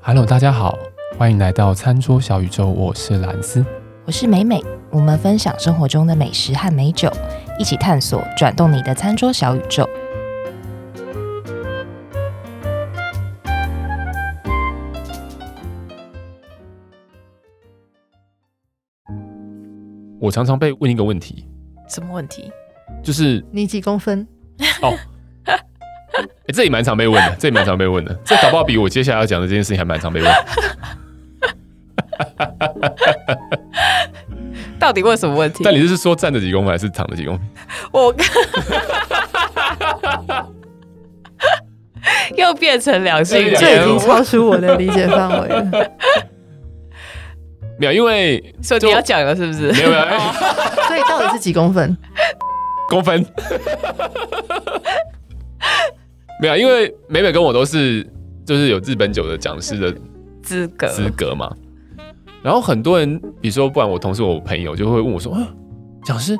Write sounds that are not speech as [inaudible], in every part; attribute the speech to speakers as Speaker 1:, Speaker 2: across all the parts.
Speaker 1: Hello，大家好，欢迎来到餐桌小宇宙，我是蓝斯。
Speaker 2: 我是美美，我们分享生活中的美食和美酒，一起探索转动你的餐桌小宇宙。
Speaker 1: 我常常被问一个问题，
Speaker 3: 什么问题？
Speaker 1: 就是
Speaker 4: 你几公分？
Speaker 1: 诶这也蛮常被问的，这也蛮常被问的，这搞不好比我接下来要讲的这件事情还蛮常被问。
Speaker 3: 到底问什么问题？
Speaker 1: 但你这是说站着几公分还是躺着几公分？
Speaker 3: [laughs] 我又变成两性
Speaker 1: 对啊
Speaker 4: 呃这
Speaker 1: 两
Speaker 4: 已
Speaker 1: 个
Speaker 4: 经
Speaker 1: 人
Speaker 3: 节目，
Speaker 4: 超出我的理解范
Speaker 1: [laughs]
Speaker 4: 围了。
Speaker 1: 没有，因为
Speaker 3: 所以你要讲了是不是？
Speaker 1: 没有没有、哎
Speaker 4: 所以到底是几公分？
Speaker 1: 公
Speaker 4: [laughs]
Speaker 1: 分，没有，因为美美跟我都是就是有日本酒的讲师的
Speaker 3: 资格
Speaker 1: 资格嘛。然后很多人，比如说，不然我同事、我朋友就会问我说：“啊，讲师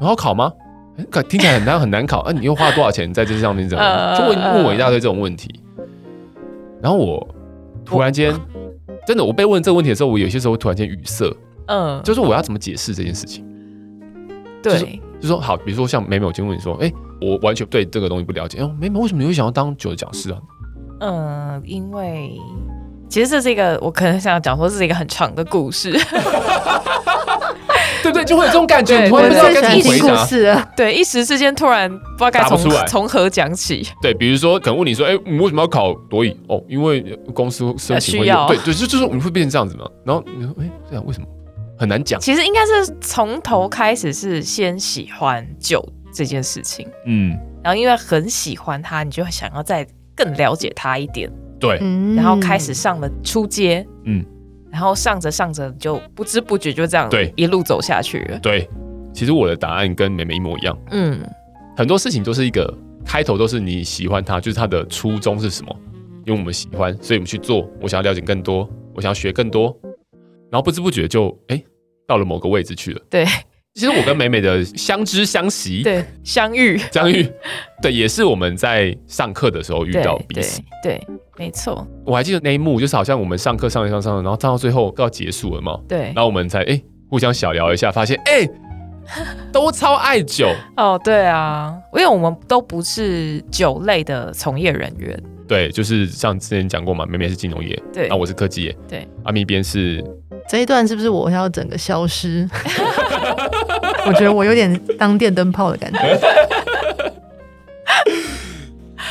Speaker 1: 很好考吗？诶可听起来很难，很难考。啊，你又花多少钱在这上面？怎么样
Speaker 3: 呃
Speaker 1: 就问问我一大堆这种问题。然后我突然间，真的，我被问这个问题的时候，我有些时候突然间语塞，
Speaker 3: 嗯，
Speaker 1: 就是我要怎么解释这件事情？
Speaker 3: 对，
Speaker 1: 就说好，比如说像美美，我今天问你说，哎、我完全对这个东西不了解，哎、美美为什么你会想要当酒的讲师啊？
Speaker 3: 嗯，因为其实这是一个，我可能想讲说这是一个很长的故 [laughs] 事，
Speaker 1: 对不对？就会有这种感觉，
Speaker 3: 对
Speaker 1: 你突
Speaker 4: 我
Speaker 1: 然
Speaker 4: 们
Speaker 1: 不知道
Speaker 4: 最
Speaker 1: 该
Speaker 4: 喜
Speaker 1: 怎么
Speaker 4: 欢听
Speaker 1: 回
Speaker 4: 故
Speaker 1: 答。
Speaker 4: 事了。
Speaker 3: 对，一时之间突然不知道该
Speaker 1: 答不
Speaker 3: 从
Speaker 1: 出来
Speaker 3: 从何讲起，
Speaker 1: 对，比如说可能问你说，哎、你为什么要考多语？哦，因为公司申请会
Speaker 3: 需
Speaker 1: 有，
Speaker 3: 要
Speaker 1: 对对，就就是你会变成这样子嘛。然后你说，哎、这样为什么很难讲？
Speaker 3: 其实应该是从头开始是先喜欢酒这件事情，
Speaker 1: 嗯，
Speaker 3: 然后因为很喜欢它，你就会想要再更了解它一点。
Speaker 1: 对，
Speaker 4: 嗯
Speaker 3: 然后开始上了初阶，
Speaker 1: 嗯
Speaker 3: 嗯，然后上着上着就不知不觉就这样
Speaker 1: 对
Speaker 3: 一路走下去了，
Speaker 1: 对。其实我的答案跟美美一模一样，
Speaker 3: 嗯，
Speaker 1: 很多事情都是一个开头，都是你喜欢它，就是它的初衷是什么？因为我们喜欢，所以我们去做。我想要了解更多，我想要学更多，然后不知不觉就哎、到了某个位置去了。
Speaker 3: [laughs] 对
Speaker 1: 其实我跟美美的相知相惜， [laughs]
Speaker 3: 对，相遇，
Speaker 1: 相遇，对，也是我们在上课的时候遇
Speaker 3: 对
Speaker 1: 到彼
Speaker 3: 对
Speaker 1: 此。
Speaker 3: 对，没错，
Speaker 1: 我还记得那一幕，就是好像我们上课上一上上，然后上到最后要结束了嘛，
Speaker 3: 对
Speaker 1: 然，后我们才哎、互相小聊一下，发现哎、
Speaker 3: [laughs]
Speaker 1: 都超爱酒，
Speaker 3: 哦，对啊，因为我们都不是酒类的从业人员，
Speaker 1: 对，就是像之前讲过嘛，美美是金融业，啊
Speaker 3: 对
Speaker 1: 那、我是科技业，
Speaker 3: 对，
Speaker 1: 阿咪边是
Speaker 4: 这一段是不是我要整个消失？ [laughs] 我觉得我有点当电灯泡的感
Speaker 1: [laughs]
Speaker 4: 觉。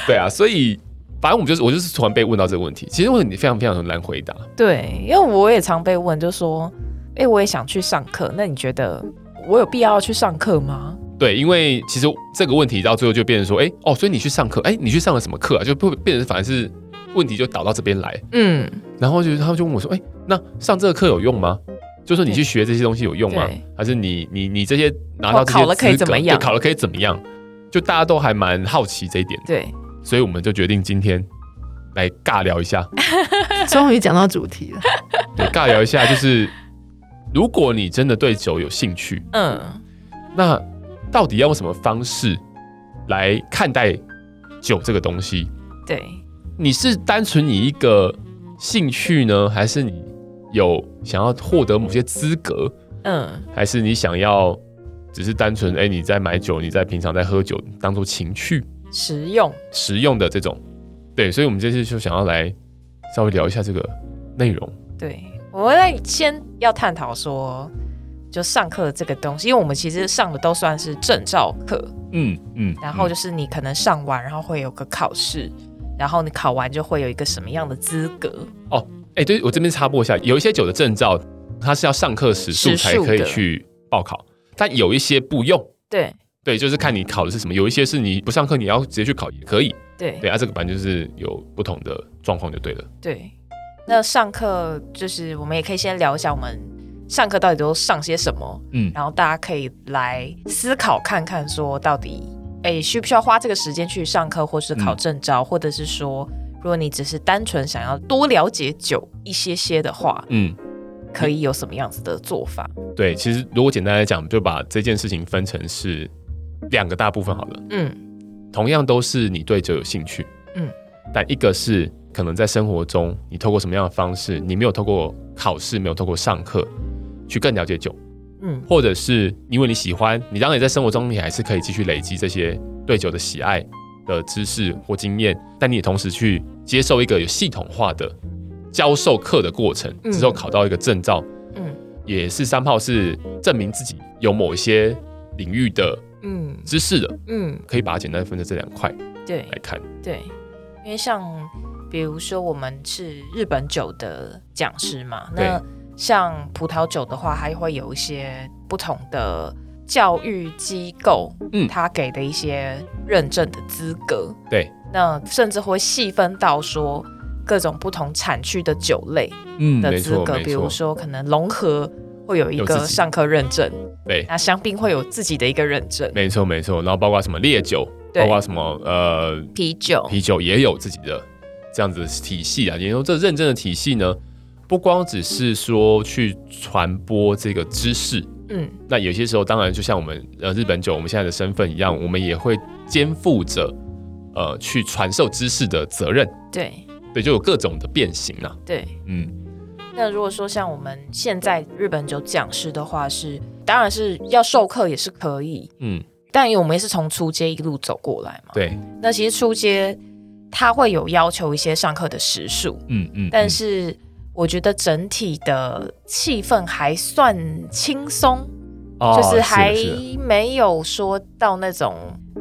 Speaker 1: 对啊，所以反正我们就是我就是突然被问到这个问题，其实问题非常非常难回答，
Speaker 3: 对，因为我也常被问，就说，哎，我也想去上课，那你觉得我有必要去上课吗？
Speaker 1: 对，因为其实这个问题到最后就变成说，哎、哦，所以你去上课，哎、你去上了什么课啊？就不变成反而是问题就导到这边来，
Speaker 3: 嗯，
Speaker 1: 然后就是他们就问我说，哎、那上这个课有用吗？就说你去学这些东西有用吗
Speaker 3: 对？
Speaker 1: 还是你你你这些拿到
Speaker 3: 我
Speaker 1: 这些
Speaker 3: 考了可以
Speaker 1: 资格
Speaker 3: 怎么样
Speaker 1: 对考了可以怎么样？就大家都还蛮好奇这一点，
Speaker 3: 对，
Speaker 1: 所以我们就决定今天来尬聊一
Speaker 3: [laughs]
Speaker 1: 下，
Speaker 4: 终于讲到主题了，
Speaker 1: 对，尬聊一下就是，如果你真的对酒有兴趣，
Speaker 3: 嗯，
Speaker 1: 那到底要用什么方式来看待酒这个东西？
Speaker 3: 对，
Speaker 1: 你是单纯以一个兴趣呢，还是你有想要获得某些资格，
Speaker 3: 嗯，
Speaker 1: 还是你想要只是单纯哎、你在买酒，你在平常在喝酒，当做情趣
Speaker 3: 实用，
Speaker 1: 实用的这种？对，所以我们这次就想要来稍微聊一下这个内容。
Speaker 3: 对，我们在先要探讨说，就上课这个东西，因为我们其实上的都算是证照课，
Speaker 1: 嗯嗯，
Speaker 3: 然后
Speaker 1: 嗯
Speaker 3: 就是你可能上完，然后会有个考试，然后你考完就会有一个什么样的资格？
Speaker 1: 哎、对我这边插播一下，有一些酒的证照，它是要上课时数
Speaker 3: 时
Speaker 1: 才
Speaker 3: 数
Speaker 1: 可以
Speaker 3: 的
Speaker 1: 去报考，但有一些不用。
Speaker 3: 对
Speaker 1: 对，就是看你考的是什么，有一些是你不上课你要直接去考也可以。
Speaker 3: 对
Speaker 1: 对啊，这个版就是有不同的状况就对了。
Speaker 3: 对。那上课就是我们也可以先聊一下我们上课到底都上些什么，
Speaker 1: 嗯，
Speaker 3: 然后大家可以来思考看看，说到底，诶，需不需要花这个时间去上课，或是考
Speaker 1: 嗯
Speaker 3: 证照，或者是说，如果你只是单纯想要多了解酒一些些的话，
Speaker 1: 嗯，
Speaker 3: 可以有什么样子的做法？
Speaker 1: 对，其实如果简单来讲，就把这件事情分成是两个大部分好了。
Speaker 3: 嗯
Speaker 1: 同样都是你对酒有兴趣，嗯
Speaker 3: 嗯，
Speaker 1: 但一个是可能在生活中，你透过什么样的方式，你没有透过考试，没有透过上课去更了解酒，
Speaker 3: 嗯
Speaker 1: 或者是因为你喜欢，你当然在生活中你还是可以继续累积这些对酒的喜爱的知识或经验，但你也同时去接受一个有系统化的教授课的过程，
Speaker 3: 嗯
Speaker 1: 之后考到一个证照，
Speaker 3: 嗯
Speaker 1: 也是三炮是证明自己有某一些领域的
Speaker 3: 嗯
Speaker 1: 知识的，
Speaker 3: 嗯，
Speaker 1: 可以把它简单分成这两块
Speaker 3: 对
Speaker 1: 来看。
Speaker 3: 对，因为像比如说我们是日本酒的讲师嘛，
Speaker 1: 对
Speaker 3: 那像葡萄酒的话，还会有一些不同的教育机构，
Speaker 1: 嗯
Speaker 3: 他给的一些认证的资格，
Speaker 1: 对，
Speaker 3: 那甚至会细分到说各种不同产区的酒类
Speaker 1: 嗯，
Speaker 3: 的
Speaker 1: 没
Speaker 3: 资
Speaker 1: 错，
Speaker 3: 格，
Speaker 1: 没
Speaker 3: 比如
Speaker 1: 错，
Speaker 3: 说可能融合会有一
Speaker 1: 有
Speaker 3: 个
Speaker 1: 自己
Speaker 3: 上课认证，
Speaker 1: 对，
Speaker 3: 那香槟会有自己的一个认证，
Speaker 1: 没错，没错。然后包括什么烈酒，
Speaker 3: 对
Speaker 1: 包括什么呃
Speaker 3: 啤酒，
Speaker 1: 啤酒也有自己的这样子的体系啊。也就是说，这认证的体系呢，不光只是说去传播这个知识，
Speaker 3: 嗯
Speaker 1: 那有些时候当然就像我们呃日本酒我们现在的身份一样，我们也会肩负着呃去传授知识的责任。
Speaker 3: 对
Speaker 1: 对，就有各种的变形啊。
Speaker 3: 对。
Speaker 1: 嗯，
Speaker 3: 那如果说像我们现在日本酒讲师的话是，当然是要授课也是可以，
Speaker 1: 嗯，
Speaker 3: 但因为我们也是从初阶一路走过来嘛。
Speaker 1: 对，
Speaker 3: 那其实初阶它会有要求一些上课的时数，
Speaker 1: 嗯嗯。
Speaker 3: 但是我觉得整体的气氛还算轻松，
Speaker 1: 嗯哦
Speaker 3: 就是还呃
Speaker 1: 是的是的
Speaker 3: 没有说到那种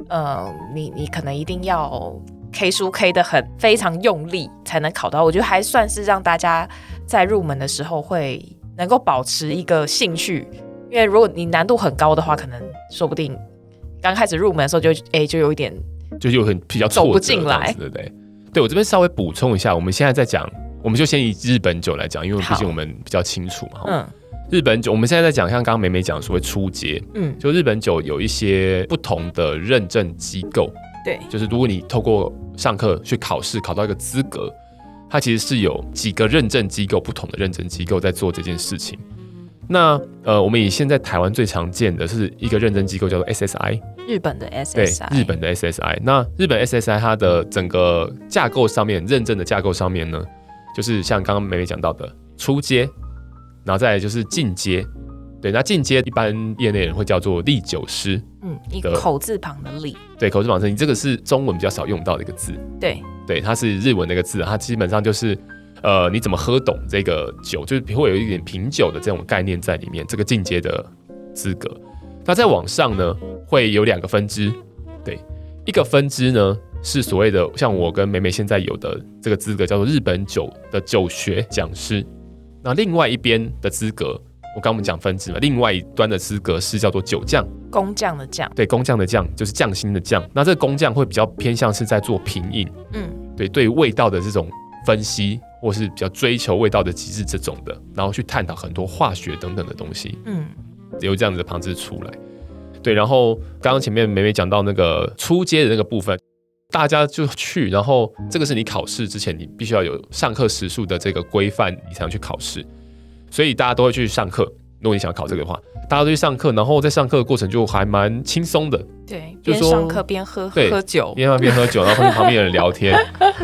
Speaker 3: 呃，你你可能一定要呃 K 书 K 的很非常用力才能考到。我觉得还算是让大家在入门的时候会能够保持一个兴趣，因为如果你难度很高的话，可能说不定刚开始入门的时候就哎、就有一点
Speaker 1: 就有很比较
Speaker 3: 走
Speaker 1: 挫
Speaker 3: 不
Speaker 1: 折这
Speaker 3: 进
Speaker 1: 样
Speaker 3: 来
Speaker 1: 子对不对？对我这边稍微补充一下，我们现在在讲，我们就先以日本酒来讲，因为毕
Speaker 3: 好
Speaker 1: 竟我们比较清楚嘛。
Speaker 3: 嗯
Speaker 1: 日本酒，我们现在在讲，像刚刚美美讲所谓初阶，
Speaker 3: 嗯
Speaker 1: 就日本酒有一些不同的认证机构，
Speaker 3: 对
Speaker 1: 就是如果你透过上课去考试考到一个资格，它其实是有几个认证机构不同的认证机构在做这件事情。那呃，我们以现在台湾最常见的是一个认证机构叫做 SSI，
Speaker 3: 日本的
Speaker 1: 对
Speaker 3: SSI，
Speaker 1: 日本的 SSI。那日本 SSI 它的整个架构上面，认证的架构上面呢，就是像刚刚美美讲到的初阶，然后再来就是进阶。对，那进阶一般业内人会叫做立酒师，
Speaker 3: 嗯一
Speaker 1: 的
Speaker 3: 个口字旁的力，
Speaker 1: 对，口字旁生，你这个是中文比较少用到的一个字，
Speaker 3: 对
Speaker 1: 对，它是日文那个字，啊它基本上就是。呃，你怎么喝懂这个酒，就是会有一点品酒的这种概念在里面，这个进阶的资格。那再往上呢，会有两个分支，对，一个分支呢是所谓的像我跟美美现在有的这个资格叫做日本酒的酒学讲师。那另外一边的资格，我刚刚我们讲分支嘛，另外一端的资格是叫做酒匠。
Speaker 3: 工匠的匠，
Speaker 1: 对，工匠的匠就是匠心的匠。那这个工匠会比较偏向是在做品饮，
Speaker 3: 嗯
Speaker 1: 对对味道的这种分析，或是比较追求味道的极致这种的，然后去探讨很多化学等等的东西，
Speaker 3: 嗯
Speaker 1: 有这样子的旁支出来。对，然后刚刚前面美美讲到那个初阶的那个部分，大家就去，然后这个是你考试之前你必须要有上课时数的这个规范，你才能去考试，所以大家都会去上课。如果你想要考这个的话，大家都去上课，然后在上课的过程就还蛮轻松的，
Speaker 3: 对，
Speaker 1: 就
Speaker 3: 边
Speaker 1: 说
Speaker 3: 上课边喝
Speaker 1: 对
Speaker 3: 喝酒，
Speaker 1: 边边喝酒，然后跟旁边的人聊天，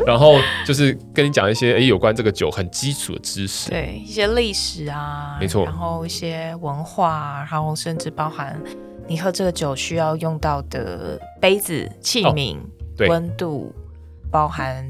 Speaker 1: 然后就是跟你讲一些诶有关这个酒很基础的知识。
Speaker 3: 对一些历史啊，
Speaker 1: 没错
Speaker 3: 然后一些文化啊，然后甚至包含你喝这个酒需要用到的杯子、器皿、
Speaker 1: 哦对
Speaker 3: 温度，包含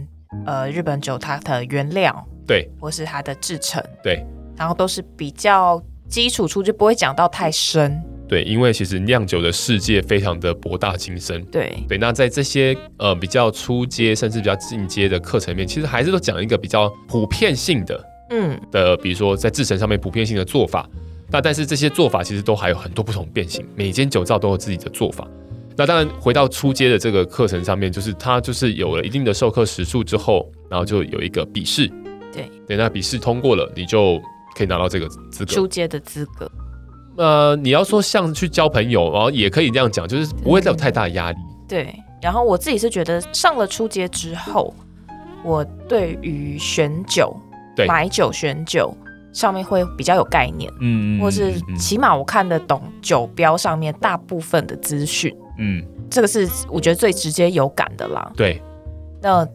Speaker 3: 呃日本酒它的原料
Speaker 1: 对
Speaker 3: 或是它的制成，
Speaker 1: 对
Speaker 3: 然后都是比较基础处，就不会讲到太深。
Speaker 1: 对，因为其实酿酒的世界非常的博大精深。
Speaker 3: 对，
Speaker 1: 对，那在这些呃比较初阶甚至比较进阶的课程里面，其实还是都讲一个比较普遍性的
Speaker 3: 嗯，
Speaker 1: 的，比如说在制成上面普遍性的做法。那但是这些做法其实都还有很多不同变形，每间酒造都有自己的做法。那当然，回到初阶的这个课程上面，就是它就是有了一定的授课时数之后，然后就有一个笔试。
Speaker 3: 对，
Speaker 1: 对，那笔试通过了，你就可以拿到这个资格。
Speaker 3: 初阶的资格，
Speaker 1: 呃，你要说像去交朋友，然后也可以这样讲，就是不会再有太大的压力。
Speaker 3: 对。然后我自己是觉得上了初阶之后，我对于选酒、
Speaker 1: 对
Speaker 3: 买酒、选酒上面会比较有概念。
Speaker 1: 嗯
Speaker 3: 或是
Speaker 1: 嗯
Speaker 3: 起码我看得懂酒标上面大部分的资讯，
Speaker 1: 嗯，
Speaker 3: 这个是我觉得最直接有感的啦。
Speaker 1: 对，
Speaker 3: 那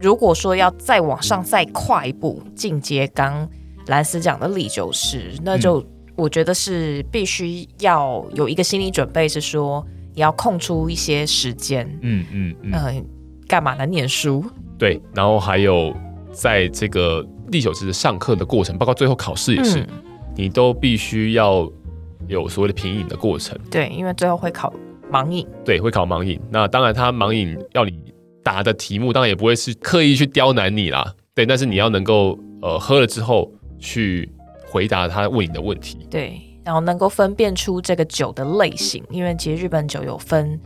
Speaker 3: 如果说要再往上再跨一步进阶，刚兰斯讲的立九十，
Speaker 1: 嗯
Speaker 3: 那就我觉得是必须要有一个心理准备，是说也要空出一些时间，
Speaker 1: 嗯嗯嗯，
Speaker 3: 嗯、干嘛呢？念书，
Speaker 1: 对。然后还有在这个第九次的上课的过程，包括最后考试也是，
Speaker 3: 嗯
Speaker 1: 你都必须要有所谓的品饮的过程。
Speaker 3: 对，因为最后会考盲饮，
Speaker 1: 对，会考盲饮。那当然，他盲饮要你答的题目，当然也不会是刻意去刁难你啦。对，但是你要能够呃喝了之后去回答他问你的问题。
Speaker 3: 对，然后能够分辨出这个酒的类型，
Speaker 1: 嗯
Speaker 3: 因为其实日本酒有分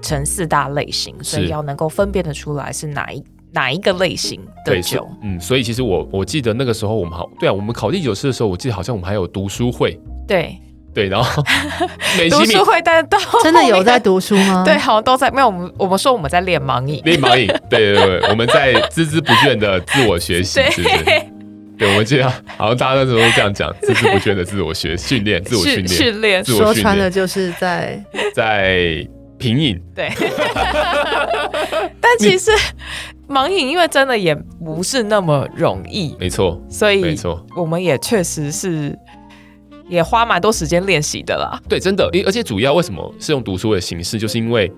Speaker 3: 成四大类型，所以
Speaker 1: 是
Speaker 3: 要能够分辨得出来是哪一哪一个类型的
Speaker 1: 对，所
Speaker 3: 酒
Speaker 1: 以。嗯，所以其实我我记得那个时候我们好，对啊，我们考第九次的时候，我记得好像我们还有读书会，
Speaker 3: 对，
Speaker 1: 对，然后 [laughs] 美
Speaker 3: 读
Speaker 1: 其名
Speaker 3: 书会，但到
Speaker 4: [laughs] 真的
Speaker 3: 后
Speaker 4: 有
Speaker 3: 面
Speaker 4: 在读书吗？
Speaker 3: 对，，好像都在没有我们我们说我们在练盲饮，
Speaker 1: 练
Speaker 3: [laughs]
Speaker 1: 盲饮，对对对，我们在孜孜不倦的自我学习，
Speaker 3: 对
Speaker 1: 是不是？对，我记得好像大家那时候都这样
Speaker 3: [laughs]
Speaker 1: 讲，孜孜不倦的自我学训练，自我训
Speaker 3: 训
Speaker 1: 练，
Speaker 3: 训练
Speaker 1: 自我
Speaker 4: 说
Speaker 1: 训
Speaker 4: 穿
Speaker 1: 练
Speaker 4: 了就是在
Speaker 1: 在品饮，
Speaker 3: 对。 [laughs] 但其实盲饮因为真的也不是那么容易，
Speaker 1: 没错，
Speaker 3: 所
Speaker 1: 没
Speaker 3: 以
Speaker 1: 错，
Speaker 3: 我们也确实是也花蛮多时间练习的啦。
Speaker 1: 对，真的，因而且主要为什么是用读书的形式，就是因为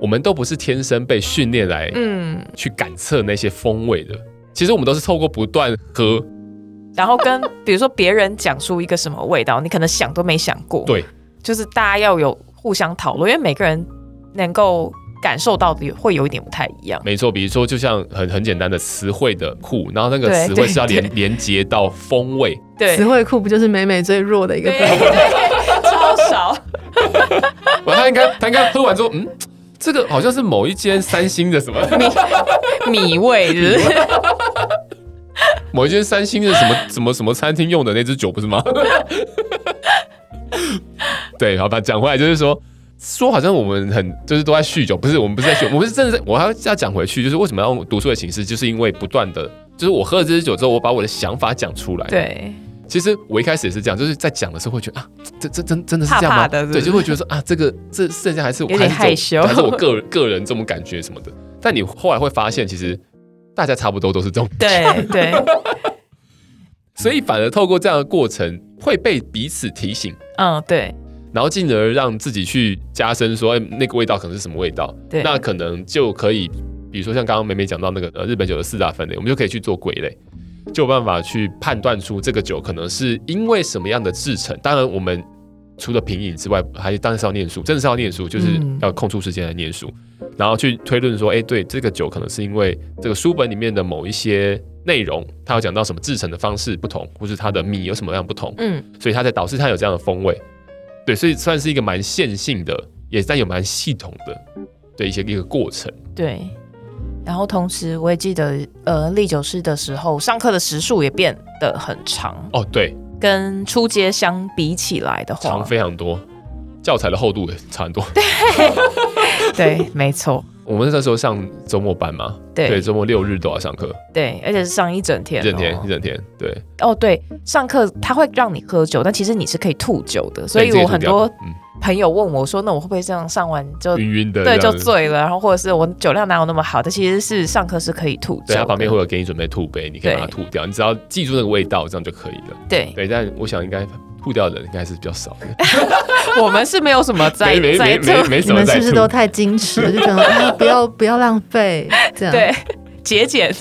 Speaker 1: 我们都不是天生被训练来
Speaker 3: 嗯，
Speaker 1: 去感测那些风味的，其实我们都是透过不断喝，
Speaker 3: 嗯然后跟比如说别人讲出一个什么味道，你可能想都没想过。
Speaker 1: 对，
Speaker 3: 就是大家要有互相讨论，因为每个人能够感受到的会有一点不太一样。
Speaker 1: 没错，比如说就像很很简单的词汇的库，然后那个
Speaker 3: 对
Speaker 1: 词汇是要
Speaker 3: 对
Speaker 1: 连连接到风味，
Speaker 3: 对
Speaker 4: 词，汇库，不就是美美最弱的一个
Speaker 3: 对
Speaker 4: 部
Speaker 1: [laughs]
Speaker 4: 分？
Speaker 3: 对， [laughs] 超少。
Speaker 1: 哇，他应该他应该喝完之后，嗯，这个好像是某一间三星的什么， [laughs]
Speaker 3: 米味是不是
Speaker 1: 某一间三星的什么什么什么餐厅用的那支酒不是吗？ [laughs] 对，好吧，讲回来就是说。说好像我们很就是都在酗酒，不是我们不是在酗酒，我们是真的在。我还要要讲回去，就是为什么要用读书的形式，就是因为不断的，就是我喝了这支酒之后，我把我的想法讲出来。，
Speaker 3: 对
Speaker 1: 其实我一开始也是这样，就是在讲的时候会觉得啊，这这真真的是
Speaker 3: 怕
Speaker 1: 这样吗？
Speaker 3: 怕的是不
Speaker 1: 对，
Speaker 3: 是
Speaker 1: 就会觉得说啊，这个这剩下还是我
Speaker 3: 有点
Speaker 1: 还是这
Speaker 3: 害羞
Speaker 1: 还是我个人个人这种感觉什么的。但你后来会发现，其实大家差不多都是这种， [laughs]
Speaker 3: 对对，
Speaker 1: 所以反而透过这样的过程会被彼此提醒，
Speaker 3: [laughs] 嗯对
Speaker 1: 然后进而让自己去加深说，哎，那个味道可能是什么味道，
Speaker 3: 对，
Speaker 1: 那可能就可以，比如说像刚刚美美讲到那个呃日本酒的四大分类，我们就可以去做归类，就有办法去判断出这个酒可能是因为什么样的制成。当然，我们除了品饮之外，还当然是要念书，真的是要念书，就是
Speaker 3: 嗯
Speaker 1: 要空出时间来念书，然后去推论说，哎、对，这个酒可能是因为这个书本里面的某一些内容，它有讲到什么制成的方式不同，或是它的米有什么样不同，
Speaker 3: 嗯
Speaker 1: 所以它在导致它有这样的风味。对，所以算是一个蛮线性的，也但也蛮系统的的一些一个过程。
Speaker 3: 对。然后同时我也记得，呃，历九师的时候上课的时数也变得很长，
Speaker 1: 哦，对，
Speaker 3: 跟初阶相比起来的
Speaker 1: 长
Speaker 3: 话，
Speaker 1: 非常多，教材的厚度也差很多。
Speaker 3: [laughs]
Speaker 1: [laughs]
Speaker 3: 对，没错，
Speaker 1: 我们那时候上周末班嘛，对，
Speaker 3: 对
Speaker 1: 周末六日都要上课，
Speaker 3: 对，而且是上一整天
Speaker 1: 一
Speaker 3: 哦，
Speaker 1: 整天一整天，对，
Speaker 3: 哦，对，上课他会让你喝酒，但其实你是可以吐酒的，所以
Speaker 1: 自己
Speaker 3: 我
Speaker 1: 吐
Speaker 3: 很
Speaker 1: 掉
Speaker 3: 多
Speaker 1: 嗯
Speaker 3: 朋友问我说，那我会不会这样上完就
Speaker 1: 晕晕的这
Speaker 3: 对，
Speaker 1: 样子，
Speaker 3: 就醉了，然后或者是我酒量哪有那么好？但其实是上课是可以吐酒
Speaker 1: 对，
Speaker 3: 的，
Speaker 1: 它旁边会有给你准备吐杯，你可以把它
Speaker 3: 对
Speaker 1: 吐掉，你只要记住那个味道，这样就可以了。
Speaker 3: 对， [laughs]
Speaker 1: 对，但我想应该吐掉的人应该是比较少的，
Speaker 3: 我们是没有什么 [laughs] 在
Speaker 1: 没没
Speaker 3: 在
Speaker 1: 没没
Speaker 3: 吐，
Speaker 1: 没
Speaker 4: 你
Speaker 1: 什么
Speaker 4: 们是
Speaker 1: 在
Speaker 4: 不是
Speaker 1: 吐。
Speaker 4: 都太矜持了？就觉得、啊、不要不要浪费这样。
Speaker 3: 对， [laughs] 节俭，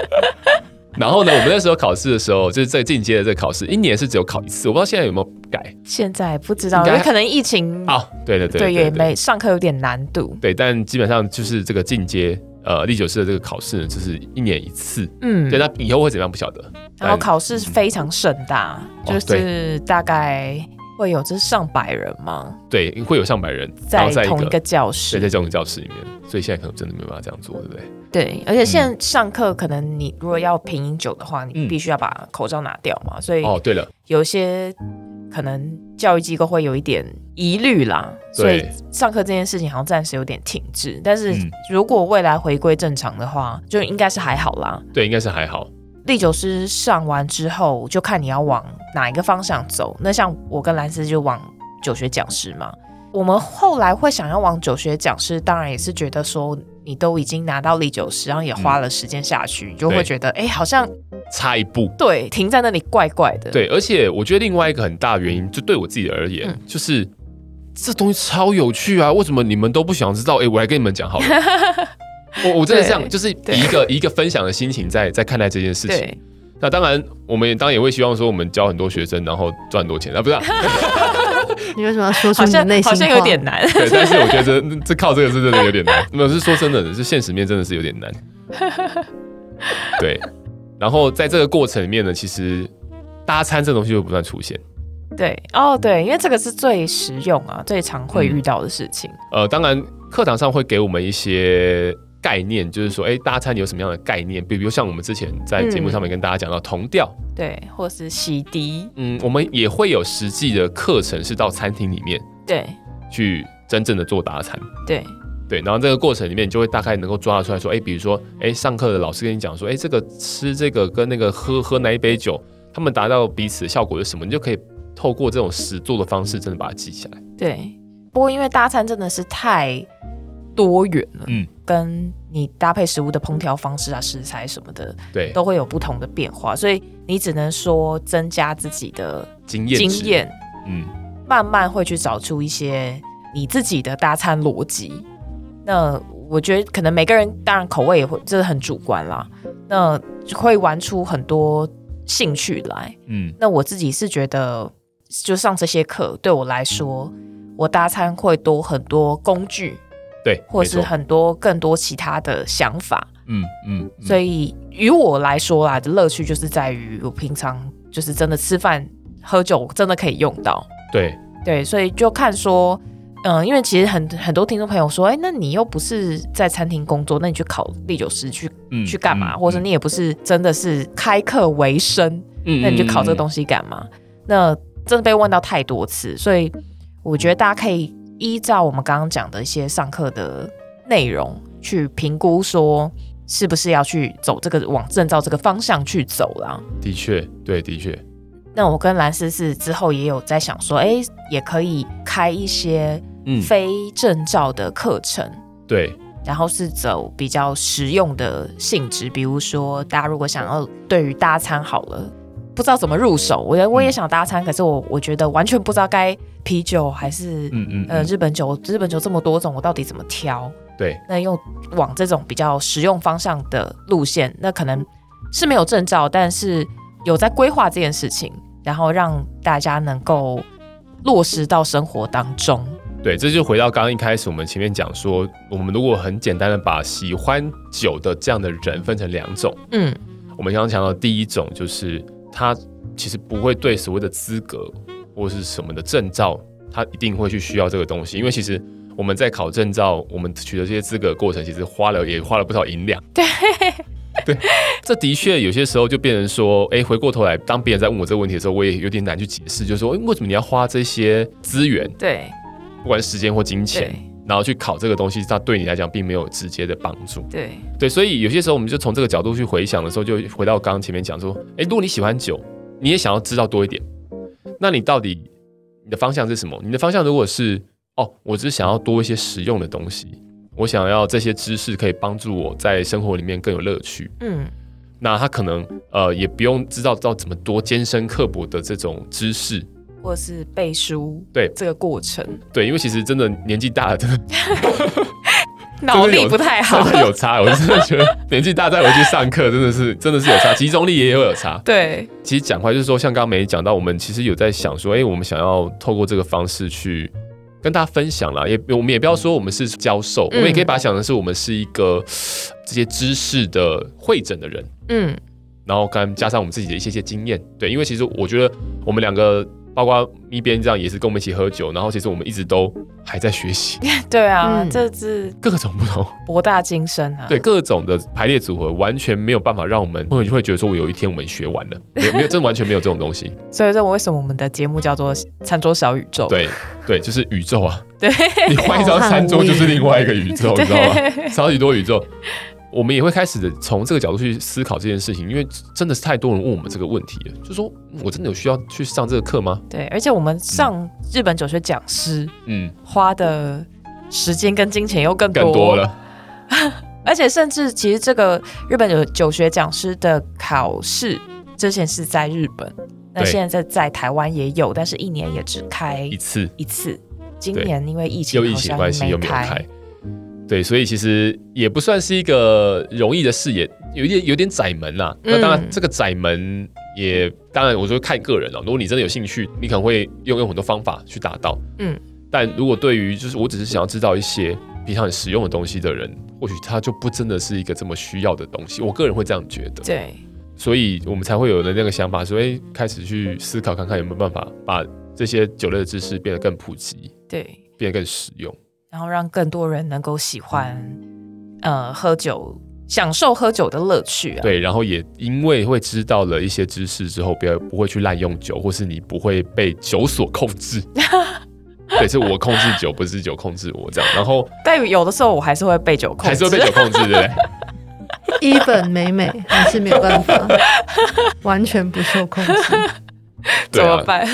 Speaker 1: [laughs] 然后呢，我们那时候考试的时候，就是在进阶的这个考试，一年是只有考一次，我不知道现在有没有改。
Speaker 3: 现在不知道，
Speaker 1: 应
Speaker 3: 有
Speaker 1: 该
Speaker 3: 可能疫情
Speaker 1: 哦，对对对
Speaker 3: 对也没上课有点难度，
Speaker 1: 对，但基本上就是这个进阶呃第九次的这个考试呢，就是一年一次。
Speaker 3: 嗯
Speaker 1: 对，，那以后会怎么样不晓得。
Speaker 3: 然后
Speaker 1: 但
Speaker 3: 考试非常盛大，
Speaker 1: 哎哦
Speaker 3: 就是大概会有这上百人嘛，
Speaker 1: 对会有上百人，然
Speaker 3: 在
Speaker 1: 后在一
Speaker 3: 同一
Speaker 1: 个
Speaker 3: 个教
Speaker 1: 对
Speaker 3: 室
Speaker 1: 在，这种教室里面，所以现在可能真的没办法这样做，对不对？
Speaker 3: 对，而且现在上课可能你如果要品饮酒的话，你
Speaker 1: 嗯
Speaker 3: 必须要把口罩拿掉嘛，所以
Speaker 1: 哦，对了，
Speaker 3: 有些可能教育机构会有一点疑虑啦，所以
Speaker 1: 对
Speaker 3: 上课这件事情好像暂时有点停滞。但是
Speaker 1: 嗯
Speaker 3: 如果未来回归正常的话，就应该是还好啦。
Speaker 1: 对，应该是还好。
Speaker 3: 历九师上完之后，就看你要往哪一个方向走。那像我跟兰斯就往酒学讲师嘛，我们后来会想要往酒学讲师，当然也是觉得说，你都已经拿到历酒师，然后也花了时间下去，你就会
Speaker 1: 嗯对
Speaker 3: 觉得，哎、好像
Speaker 1: 差一步。
Speaker 3: 对停在那里怪怪的。，
Speaker 1: 对，而且我觉得另外一个很大原因，就对我自己而言，
Speaker 3: 嗯
Speaker 1: 就是这东西超有趣啊！为什么你们都不想知道？哎、我来跟你们讲好
Speaker 3: [laughs]
Speaker 1: 了。我我真的这样，
Speaker 3: 对
Speaker 1: 就是以一个以一个分享的心情在在看待这件事情。
Speaker 3: 对，
Speaker 1: 那当然，我们也当然也会希望说，我们教很多学生，然后赚很多钱啊，不是、啊？
Speaker 4: 你为什么要说出
Speaker 3: 好
Speaker 4: 你的
Speaker 3: 像
Speaker 4: 内心
Speaker 3: 好
Speaker 4: 话？
Speaker 3: 像有点难。
Speaker 1: 对，但是我觉得这这靠这个是真的有点难。没有，是说真的，是现实面真的是有点难。对，然后在这个过程里面呢，其实搭餐这东西就不断出现。
Speaker 3: 对，哦，对，因为这个是最实用啊，最常会
Speaker 1: 嗯
Speaker 3: 遇到的事情。
Speaker 1: 呃，当然课堂上会给我们一些概念，就是说，哎，搭餐有什么样的概念？比如像我们之前在节目上面跟大家讲到同调，
Speaker 3: 对，或是洗涤，
Speaker 1: 嗯，我们也会有实际的课程是到餐厅里面
Speaker 3: 对
Speaker 1: 去真正的做搭餐。
Speaker 3: 对
Speaker 1: 对，然后这个过程里面，你就会大概能够抓得出来说，哎，比如说，哎，上课的老师跟你讲说，哎，这个吃这个跟那个喝喝哪一杯酒，他们达到彼此的效果是什么，你就可以透过这种实做的方式，真的把它记下来。
Speaker 3: 对。不过因为搭餐真的是太多元了，
Speaker 1: 嗯
Speaker 3: 嗯，跟你搭配食物的烹调方式啊、食材什么的，
Speaker 1: 对，
Speaker 3: 都会有不同的变化，所以你只能说增加自己的
Speaker 1: 经验
Speaker 3: 经
Speaker 1: 值，
Speaker 3: 验，
Speaker 1: 嗯，
Speaker 3: 慢慢会去找出一些你自己的搭餐逻辑。那我觉得可能每个人当然口味也会，这很主观啦。那会玩出很多兴趣来。
Speaker 1: 嗯，
Speaker 3: 那我自己是觉得，就上这些课对我来说，我搭餐会多很多工具，
Speaker 1: 对，
Speaker 3: 或
Speaker 1: 没
Speaker 3: 是
Speaker 1: 错，
Speaker 3: 很多更多其他的想法。
Speaker 1: 嗯嗯，嗯
Speaker 3: 所以于我来说啦，乐趣就是在于我平常就是真的吃饭喝酒真的可以用到，
Speaker 1: 对，
Speaker 3: 对，所以就看说，嗯，因为其实很很多听众朋友说，哎，那你又不是在餐厅工作，那你去考历酒师去
Speaker 1: 嗯
Speaker 3: 去干嘛？
Speaker 1: 嗯
Speaker 3: 或者你也不是真的是开课为生，
Speaker 1: 嗯
Speaker 3: 那你去考这个
Speaker 1: 西，
Speaker 3: 东西干嘛？那真的被问到太多次，所以我觉得大家可以依照我们刚刚讲的一些上课的内容去评估，说是不是要去走这个往证照这个方向去走啦。
Speaker 1: 的确，对，的确，
Speaker 3: 那我跟蓝思思之后也有在想说，哎，也可以开一些
Speaker 1: 嗯
Speaker 3: 非证照的课程。
Speaker 1: 对，
Speaker 3: 然后是走比较实用的性质，比如说大家如果想要对于搭餐好了，不知道怎么入手，我也我也想搭餐，可是我我觉得完全不知道该啤酒还是、
Speaker 1: 嗯嗯，
Speaker 3: 呃
Speaker 1: 嗯
Speaker 3: 日本酒，日本酒这么多种，我到底怎么挑？
Speaker 1: 对，
Speaker 3: 那又往这种比较实用方向的路线，那可能是没有证照，但是有在规划这件事情，然后让大家能够落实到生活当中。
Speaker 1: 对，这就回到刚刚一开始我们前面讲说，我们如果很简单的把喜欢酒的这样的人分成两种，
Speaker 3: 嗯，
Speaker 1: 我们刚刚讲到第一种就是他其实不会对所谓的资格或是什么的证照，他一定会去需要这个东西，因为其实。我们在考证照，我们取得这些资格的过程，其实花了也花了不少银两。对对，这的确有些时候就变成说，哎，回过头来，当别人在问我这个问题的时候，我也有点难去解释，就是说，哎，为什么你要花这些资源，
Speaker 3: 对
Speaker 1: 不管是时间或金钱
Speaker 3: 对，
Speaker 1: 然后去考这个东西，它对你来讲并没有直接的帮助。
Speaker 3: 对，
Speaker 1: 对，所以有些时候我们就从这个角度去回想的时候，就回到刚刚前面讲说，诶，如果你喜欢酒，你也想要知道多一点，那你到底你的方向是什么？你的方向如果是哦，我只是想要多一些实用的东西，我想要这些知识可以帮助我在生活里面更有乐趣。
Speaker 3: 嗯，
Speaker 1: 那他可能呃也不用知道到怎么多艰深刻薄的这种知识，
Speaker 3: 或是背书，
Speaker 1: 对
Speaker 3: 这个过程，
Speaker 1: 对，因为其实真的年纪大了，真的
Speaker 3: 脑力不太好
Speaker 1: 真。的有差。我真的觉得年纪大再回去上课，真的是真的是有差，集中力也有有差。
Speaker 3: [laughs] 对
Speaker 1: 其实讲回来就是说，像刚刚没讲到，我们其实有在想说，哎、我们想要透过这个方式去跟大家分享啦，也我们也不要说我们是教授，我
Speaker 3: 嗯
Speaker 1: 们也可以把它想成是我们是一个呃这些知识的会诊的人，
Speaker 3: 嗯，
Speaker 1: 然后刚加上我们自己的一些些经验，对，因为其实我觉得我们两个。包括一边这样也是跟我们一起喝酒，然后其实我们一直都还在学习
Speaker 3: 对啊，
Speaker 4: 嗯
Speaker 3: 这是
Speaker 1: 各种不同
Speaker 3: 博大精深啊。
Speaker 1: 对，各种的排列组合，完全没有办法让我们会会觉得说，我有一天我们学完了，没有没有，真的完全没有这种东西。
Speaker 3: 所以说，为什么我们的节目叫做《餐桌小宇宙》？
Speaker 1: 对对，就是宇宙啊，
Speaker 3: 对
Speaker 1: 你换一张餐桌就是另外一个宇宙，你知道吗？
Speaker 3: 对
Speaker 1: 超级多宇宙。我们也会开始的从这个角度去思考这件事情，因为真的是太多人问我们这个问题了，就说嗯我真的有需要去上这个课吗？
Speaker 3: 对，而且我们上日本酒学讲师
Speaker 1: 嗯，
Speaker 3: 花的时间跟金钱又更多
Speaker 1: 更多了，
Speaker 3: 而且甚至其实这个日本有酒学讲师的考试之前是在日本，那
Speaker 1: 对
Speaker 3: 现在在台湾也有，但是一年也只开
Speaker 1: 一次
Speaker 3: 一次。今
Speaker 1: 对
Speaker 3: 年因为疫情
Speaker 1: 又疫
Speaker 3: 好
Speaker 1: 情
Speaker 3: 像
Speaker 1: 关系又没有
Speaker 3: 开
Speaker 1: 开，对，所以其实也不算是一个容易的视野，有一点有点窄门啦、那当然，
Speaker 3: 嗯
Speaker 1: 这个窄门也当然，我说看个人哦了、如果你真的有兴趣，你可能会用用很多方法去达到。
Speaker 3: 嗯，
Speaker 1: 但如果对于就是我只是想要知道一些平常很实用的东西的人，或许他就不真的是一个这么需要的东西。我个人会这样觉得。
Speaker 3: 对，
Speaker 1: 所以我们才会有了那个想法，说，哎，开始去思考看看有没有办法把这些酒类的知识变得更普及，
Speaker 3: 对，
Speaker 1: 变得更实用。
Speaker 3: 然后让更多人能够喜欢呃喝酒，享受喝酒的乐趣啊。
Speaker 1: 对，然后也因为会知道了一些知识之后，不要不会去滥用酒，或是你不会被酒所控制。
Speaker 3: [laughs]
Speaker 1: 对，是我控制酒，不是酒控制我这样。然后
Speaker 3: 但有的时候我还是会被酒控制，
Speaker 1: 还是会
Speaker 3: [laughs]
Speaker 1: 被酒控制，对不对？
Speaker 4: even 美美还是没有办法，完全不受控制。
Speaker 1: 对
Speaker 3: 怎么
Speaker 1: 啊，
Speaker 3: 办？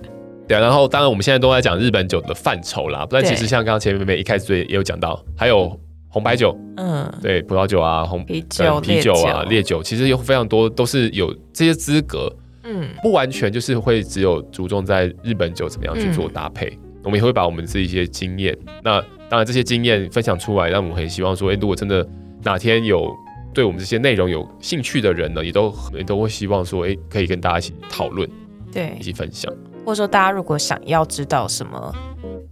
Speaker 3: [laughs]
Speaker 1: 对啊。然后当然我们现在都在讲日本酒的范畴啦，但其实
Speaker 3: 对
Speaker 1: 像刚刚前面妹妹一开始也有讲到，还有红白酒，
Speaker 3: 嗯，
Speaker 1: 对，葡萄酒啊，红
Speaker 3: 啤
Speaker 1: 呃
Speaker 3: 酒、
Speaker 1: 啤酒啊、
Speaker 3: 烈
Speaker 1: 烈酒，其实有非常多都是有这些资格，
Speaker 3: 嗯，
Speaker 1: 不完全就是会只有着重在日本酒怎么样
Speaker 3: 嗯
Speaker 1: 去做搭配。我们也会把我们自己一些经验，那当然这些经验分享出来，让我们很希望说，诶，如果真的哪天有对我们这些内容有兴趣的人呢，也都也都会希望说，诶，可以跟大家一起讨论，
Speaker 3: 对
Speaker 1: 一，起分享。
Speaker 3: 或者说大家如果想要知道什么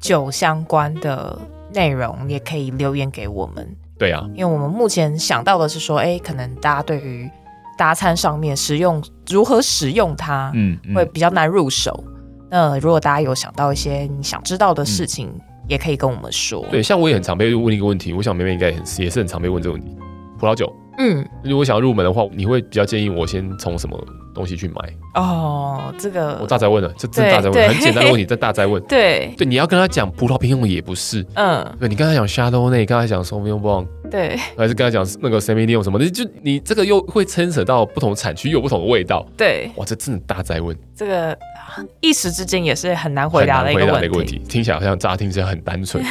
Speaker 3: 酒相关的内容，也可以留言给我们，
Speaker 1: 对啊，
Speaker 3: 因为我们目前想到的是说，哎，可能大家对于搭餐上面使用如何使用它，
Speaker 1: 嗯，
Speaker 3: 会比较难入手。那如果大家有想到一些你想知道的事情，也可以跟我们说。
Speaker 1: 对，，像我也很常被问一个问题，我想妹妹应该也很也是很常被问这个问题，葡萄酒。
Speaker 3: 嗯，
Speaker 1: 如果想要入门的话，你会比较建议我先从什么东西去买？
Speaker 3: 哦，这个
Speaker 1: 我大灾问了，这真的
Speaker 3: 对
Speaker 1: 大灾问，
Speaker 3: 对
Speaker 1: 很简单的问题，但大灾问。
Speaker 3: 对，
Speaker 1: 对，你要跟他讲葡萄品种也不是，
Speaker 3: 嗯，
Speaker 1: 对你刚才讲 Shadow 内，刚才讲 Sauvignon Blanc，
Speaker 3: 对
Speaker 1: 还是刚才讲那个 s e m i l i o n 什么的，就你这个又会牵扯到不同产区又有不同的味道，
Speaker 3: 对，
Speaker 1: 哇，这真的大灾问，
Speaker 3: 这个啊一时之间也是很难回答的
Speaker 1: 很
Speaker 3: 一
Speaker 1: 难回
Speaker 3: 个
Speaker 1: 答的
Speaker 3: 问题。
Speaker 1: 一个问题，听起来好像乍听之下很单纯，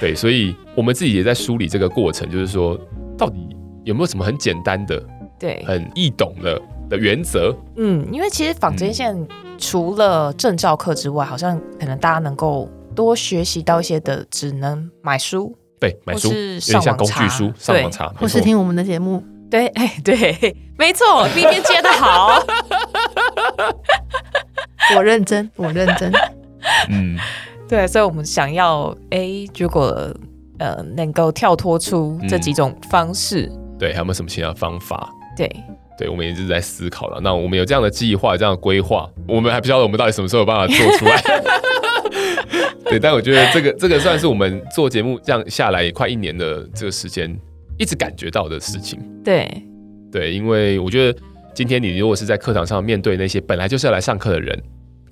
Speaker 1: 对，所以我们自己也在梳理这个过程，就是说到底有没有什么很简单的、
Speaker 3: [laughs] 对，
Speaker 1: 很易懂的的原则，
Speaker 3: 嗯，因为其实坊间
Speaker 1: 嗯
Speaker 3: 现在除了证照课之外，好像可能大家能够多学习到一些的，只能买书，
Speaker 1: 对，买书
Speaker 3: 或
Speaker 1: 有点
Speaker 3: 是
Speaker 1: 像
Speaker 3: 上网
Speaker 1: 工具
Speaker 3: 查
Speaker 1: 书，上
Speaker 3: 对
Speaker 1: 网查，没
Speaker 4: 或是
Speaker 1: 错
Speaker 4: 听我们的节目，
Speaker 3: 对，哎，对，没错，第一遍接的好，
Speaker 4: 我认真，我认
Speaker 1: [laughs]
Speaker 4: 真。
Speaker 1: 嗯，
Speaker 3: 对，所以我们想要，哎，如果呃能够跳脱出这几种方式，
Speaker 1: 对，还有没有什么其他方法？
Speaker 3: 对，
Speaker 1: 对，我们也一直在思考了。那我们有这样的计划、这样的规划，我们还不晓得我们到底什么时候有办法做出来。 [laughs] 对，但我觉得这个这个算是我们做节目这样下来也快一年的这个时间，一直感觉到的事情。
Speaker 3: 对，
Speaker 1: 对，因为我觉得今天你如果是在课堂上面对那些本来就是要来上课的人，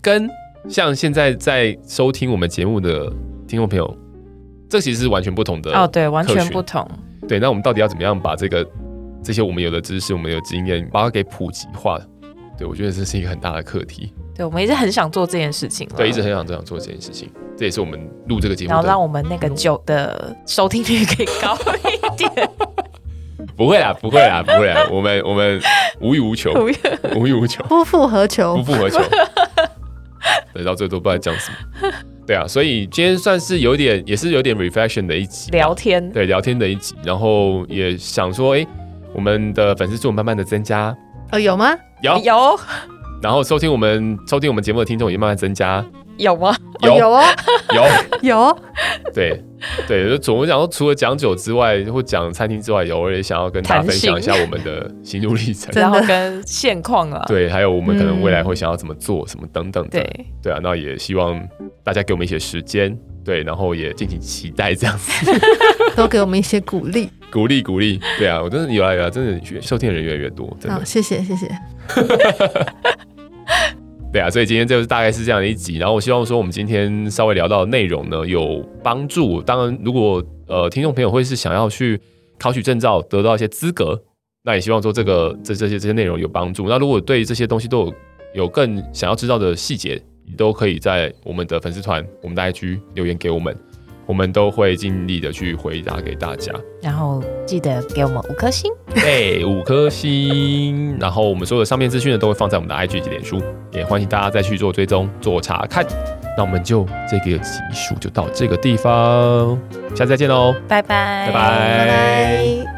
Speaker 1: 跟像现在在收听我们节目的听众朋友，这其实是完全不同的
Speaker 3: 哦，对，完
Speaker 1: 客
Speaker 3: 全
Speaker 1: 群
Speaker 3: 不同，
Speaker 1: 对，那我们到底要怎么样把这个这些我们有的知识、我们有的经验，把它给普及化？对，我觉得这是一个很大的课题。
Speaker 3: 对，我们一直很想做这件事情了，
Speaker 1: 对，一直很想很想做这件事情，这也是我们录这个节目
Speaker 3: 然后让
Speaker 1: 的。
Speaker 3: 我们那个酒的收听率可以高一点，
Speaker 1: 不会啦，不会啦，不会啦，我们我们无欲无求，
Speaker 3: 不
Speaker 1: 无欲无求，
Speaker 4: 夫复何
Speaker 1: 不
Speaker 4: 求？
Speaker 1: 复何求。对，到最后都不知道讲什么。对啊，所以今天算是有点，也是有点 reflection 的一集吧
Speaker 3: 聊天，
Speaker 1: 对聊天的一集，然后也想说，哎，我们的粉丝数慢慢的增加，
Speaker 4: 呃，有吗？
Speaker 1: 有，
Speaker 3: 哎有
Speaker 1: 然后收听我们收听我们节目的听众也慢慢增加，
Speaker 3: 有吗？
Speaker 1: 有、
Speaker 4: 哦
Speaker 1: [laughs]
Speaker 4: 有哦，
Speaker 1: 有，
Speaker 4: 有哦。
Speaker 1: 对对，就总我讲说，除了讲酒之外，或讲餐厅之外，有我也想要跟大家分享一下我们的心路历程
Speaker 4: [laughs] 真，的嗯
Speaker 3: 然后跟现况啊，
Speaker 1: 对，还有我们可能未来会想要怎么做，什么等等的，
Speaker 3: 对
Speaker 1: 对啊，那也希望大家给我们一些时间，对，然后也敬请期待这样子，
Speaker 4: 都给我们一些鼓励
Speaker 1: 鼓励鼓励，对啊，我真的有啊有啊，真的收听的人越来越多，真
Speaker 4: 啊！
Speaker 1: 的
Speaker 4: 好，谢谢谢谢，
Speaker 1: 对啊，所以今天就是大概是这样的一集。然后我希望说，我们今天稍微聊到的内容呢，有帮助。当然，如果呃听众朋友会是想要去考取证照，得到一些资格。那也希望说这个这这些这些内容有帮助。那如果对这些东西都有有更想要知道的细节，你都可以在我们的粉丝团、我们的 IG 留言给我们，我们都会尽力的去回答给大家。
Speaker 2: 然后记得给我们五颗星。
Speaker 1: 对，哎五颗星。然后我们所有的上面资讯呢，都会放在我们的 IG 及脸书，也欢迎大家再去做追踪、做查看。那我们就这个集数就到这个地方，下次再见喽，
Speaker 3: 拜拜，
Speaker 1: 拜拜
Speaker 4: 拜拜。